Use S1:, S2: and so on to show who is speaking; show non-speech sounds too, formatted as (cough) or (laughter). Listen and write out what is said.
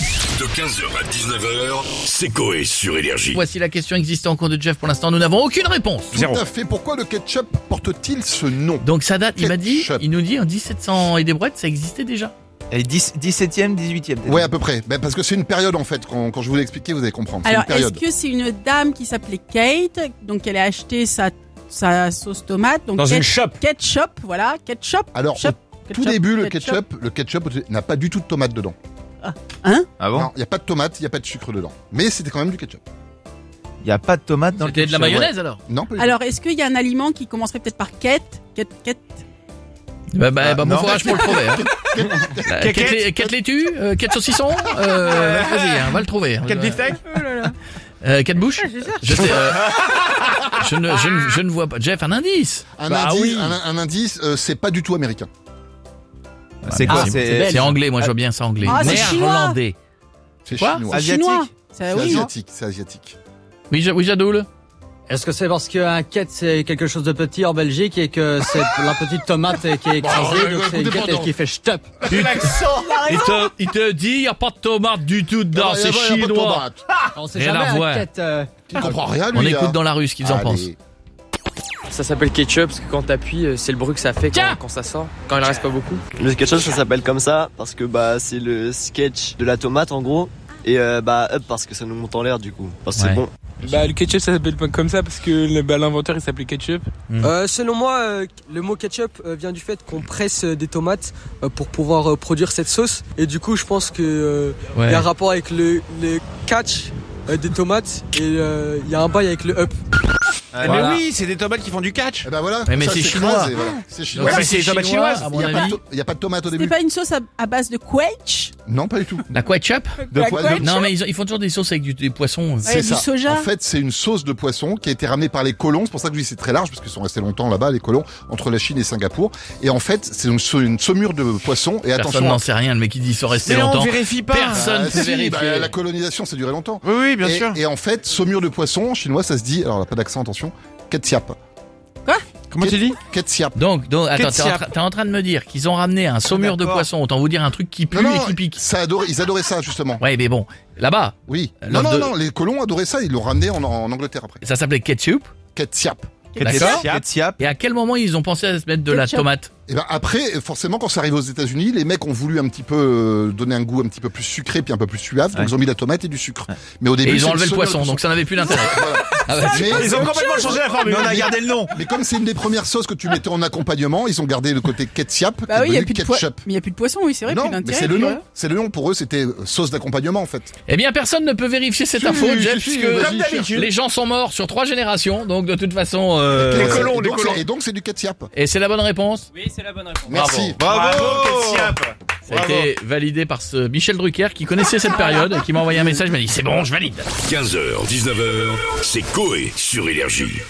S1: De 15h à 19h, c'est Coé sur Énergie.
S2: Voici la question existante en cours de Jeff. Pour l'instant, nous n'avons aucune réponse.
S3: Tout à fait. Pourquoi le ketchup porte-t-il ce nom
S2: Donc ça date, il m'a dit,
S3: Ketchup.
S2: il nous dit en 1700 et des brouettes, ça existait déjà.
S4: Et 10, 17e, 18e. peut-être.
S3: Ouais, à peu près. Ben, parce que c'est une période en fait. Quand, quand je vous l'ai expliqué, vous allez comprendre. C'est une
S5: Alors, est-ce
S3: période.
S5: que c'est une dame qui s'appelait Kate, donc elle a acheté sa, sa sauce tomate, donc
S6: Dans
S5: ket-
S6: une shop.
S5: ketchup, voilà, ketchup.
S3: Alors,
S5: ketchup,
S3: au tout
S5: ketchup,
S3: début, le ketchup, le ketchup n'a pas du tout de tomate dedans.
S4: Ah bon
S3: Non, il n'y a pas de tomate, il n'y a pas de sucre dedans. Mais c'était quand même du ketchup.
S4: Il n'y a pas de tomate dans le
S2: C'était de la
S4: ketchup, ouais.
S2: mayonnaise alors
S3: Non, pas du tout.
S5: Alors, est-ce qu'il y a un aliment qui commencerait peut-être par Kate, Kate, Kate
S2: Bah, bah,
S4: Ah,
S2: bah, bon
S4: non.
S2: courage pour le trouver.
S3: (laughs)
S2: Hein. Euh,
S6: Quelle
S2: quatre
S6: quête
S2: lait- quatre laitues, euh, quatre saucissons, euh, vas-y, hein, va le trouver.
S6: Quel
S2: Euh,
S6: beefsteak
S2: euh, Quatre bouches
S5: Ah,
S2: Je sais. euh, je, ne, je, ne, je ne vois pas. Jeff, un indice.
S3: un,
S6: bah
S3: indice,
S6: oui.
S3: un, un indice, euh, c'est pas du tout américain.
S4: C'est quoi
S2: Ah,
S4: C'est
S2: C'est anglais, moi je vois bien ça anglais.
S5: Ah, c'est
S2: Néerlandais.
S3: C'est
S2: Quoi
S3: chinois.
S4: Asiatique
S5: Chinois. C'est
S3: C'est
S5: Bah oui, hein. non
S3: asiatique. C'est asiatique.
S2: Oui, Ja- oui, Jadoul.
S7: Est-ce que c'est parce qu'un quête c'est quelque chose de petit en Belgique et que c'est la petite tomate qui est écrasée,
S3: ouais,
S7: donc c'est une
S3: écoutez,
S7: quête
S3: pardon.
S7: qui fait stop.
S2: Il te, il te dit, il n'y a pas de tomate du tout dedans,
S3: Il ben, Ah eh y a-
S2: c'est
S3: il y a pas de
S2: chinois. (laughs)
S3: tomate.
S7: On sait
S2: Rien
S7: jamais
S2: à
S7: un
S2: voir.
S7: quête, euh,
S3: Tu comprends rien, lui.
S2: On
S3: là.
S2: écoute dans la rue ce qu'ils en
S3: Allez.
S2: pensent.
S8: Ça s'appelle ketchup parce que quand t'appuies, euh, c'est le bruit que ça fait
S2: Tiens
S8: quand, quand ça sort, quand il en reste pas beaucoup.
S9: Le sketch ça s'appelle comme ça parce que bah c'est le sketch de la tomate en gros et euh, bah up parce que ça nous monte en l'air du coup
S6: Oh,
S9: parce que
S2: Ouais.
S9: c'est bon.
S10: Bah, le ketchup, ça s'appelle pas comme ça parce que le- bah, l'inventeur il s'appelait ketchup.
S2: Mhm.
S8: Euh, selon moi, euh, le mot ketchup euh, vient du fait qu'on presse euh, des tomates euh, pour pouvoir euh, produire cette sauce. Et du coup, je pense que euh, il
S2: Ouais.
S8: y a un rapport avec le, le catch euh, des tomates et euh, il y a un bail avec le up.
S4: Ah,
S6: Mais
S4: voilà.
S6: oui, c'est des tomates qui font du catch.
S3: Eh ben voilà.
S2: Mais- mais
S3: ça,
S2: c'est chinois.
S3: crasé, voilà. C'est chinois.
S6: Ouais, mais c'est les tomates chinoises,
S2: à
S3: Il
S2: mon
S3: n'y a, pas
S2: avis.
S3: de to- il y a pas de tomate au
S5: C'était
S3: début.
S5: pas une sauce à, à base de quetch
S3: Non, pas du
S5: (laughs)
S3: tout.
S2: La ketchup
S3: De quoi- de-
S2: Non, mais ils, ont- ils font toujours des sauces avec du, des poissons.
S3: C'est
S5: Ouais, du
S3: ça.
S5: soja.
S3: En fait, c'est une sauce de poisson qui a été ramenée par les colons. C'est pour ça que je dis que c'est très large, parce qu'ils sont restés longtemps là-bas, les colons, entre la Chine et Singapour. Et en fait, c'est une, sau- une saumure de poisson. Et
S2: Personne n'en
S3: attention. hein.
S2: sait rien, le mec il dit ça restait
S6: Mais on
S2: longtemps.
S6: vérifie pas.
S2: Personne ne
S3: Ah,
S2: peut
S3: si,
S2: vérifier.
S3: bah, la colonisation, ça a duré longtemps.
S6: Oui, oui, bien
S3: et,
S6: sûr.
S3: et en fait, saumure de poisson, en chinois, ça se dit, alors là, pas d'accent, attention, ketchup.
S6: Comment tu dis
S3: Ketchup.
S2: Donc, donc attends, t'es en,
S6: Ketchup.
S2: train- t'es en train de me dire qu'ils ont ramené un saumur de
S6: d'accord.
S2: poisson, autant vous dire un truc qui pue
S3: Non, non,
S2: et qui pique.
S3: ça adorait, ils adoraient ça, justement.
S2: Ouais, mais bon, là-bas,
S3: Oui.
S2: Euh,
S3: Non,
S2: lors
S3: non,
S2: de-
S3: non, les colons adoraient ça, ils l'ont ramené en, en Angleterre après.
S2: ça s'appelait ketchup.
S3: Ketchup.
S4: Ketchup.
S2: D'accord.
S4: Ketchup.
S2: Et à quel moment ils ont pensé à se mettre de la
S5: Ketchup.
S2: tomate
S3: Et ben après, forcément, quand ça arrive aux États-Unis, les mecs ont voulu un petit peu euh, donner un goût un petit peu plus sucré puis un peu plus suave, donc
S4: Ouais.
S3: ils ont mis de la tomate et du sucre. Mais au début,
S2: Et ils
S3: c'est
S2: ont
S3: le
S2: enlevé le
S3: saumur de
S2: poisson, donc ça n'avait plus d'intérêt.
S3: (laughs)
S2: Ah
S3: Voilà.
S2: bah,
S3: Mais,
S6: Ils ont complètement changé la formule.
S4: Mais on a gardé le nom.
S3: mais comme c'est une des premières sauces que tu mettais en accompagnement, ils ont gardé le côté ketchup.
S5: Bah
S3: qui est
S5: oui, il y a
S3: devenu
S5: plus de poisson.
S3: ketchup.
S5: Mais il y a plus de poisson, oui, c'est vrai.
S3: non,
S5: plus
S3: mais
S5: d'intérêt,
S3: c'est le
S5: puis
S3: nom.
S5: voilà.
S3: C'est le nom pour eux, c'était euh, sauce d'accompagnement en fait.
S2: Eh bien, personne ne peut vérifier cette
S3: Si,
S2: info, Jeff,
S3: si, si,
S2: puisque
S3: vas-y, cherche.
S2: les gens sont morts sur trois générations, donc de toute façon. euh,
S3: Euh,
S6: Les colons,
S3: et
S6: les
S3: donc,
S6: colons.
S3: c'est- Et donc c'est du ketchup.
S2: Et c'est la bonne réponse.
S8: Oui, c'est la bonne réponse.
S3: Merci.
S4: Bravo.
S6: ketchup.
S2: Ça a été validé par ce Michel Drucker qui connaissait cette période et qui m'a envoyé un message. Il m'a dit c'est bon, je valide.
S1: 15h, 19h, c'est Coé sur Énergie.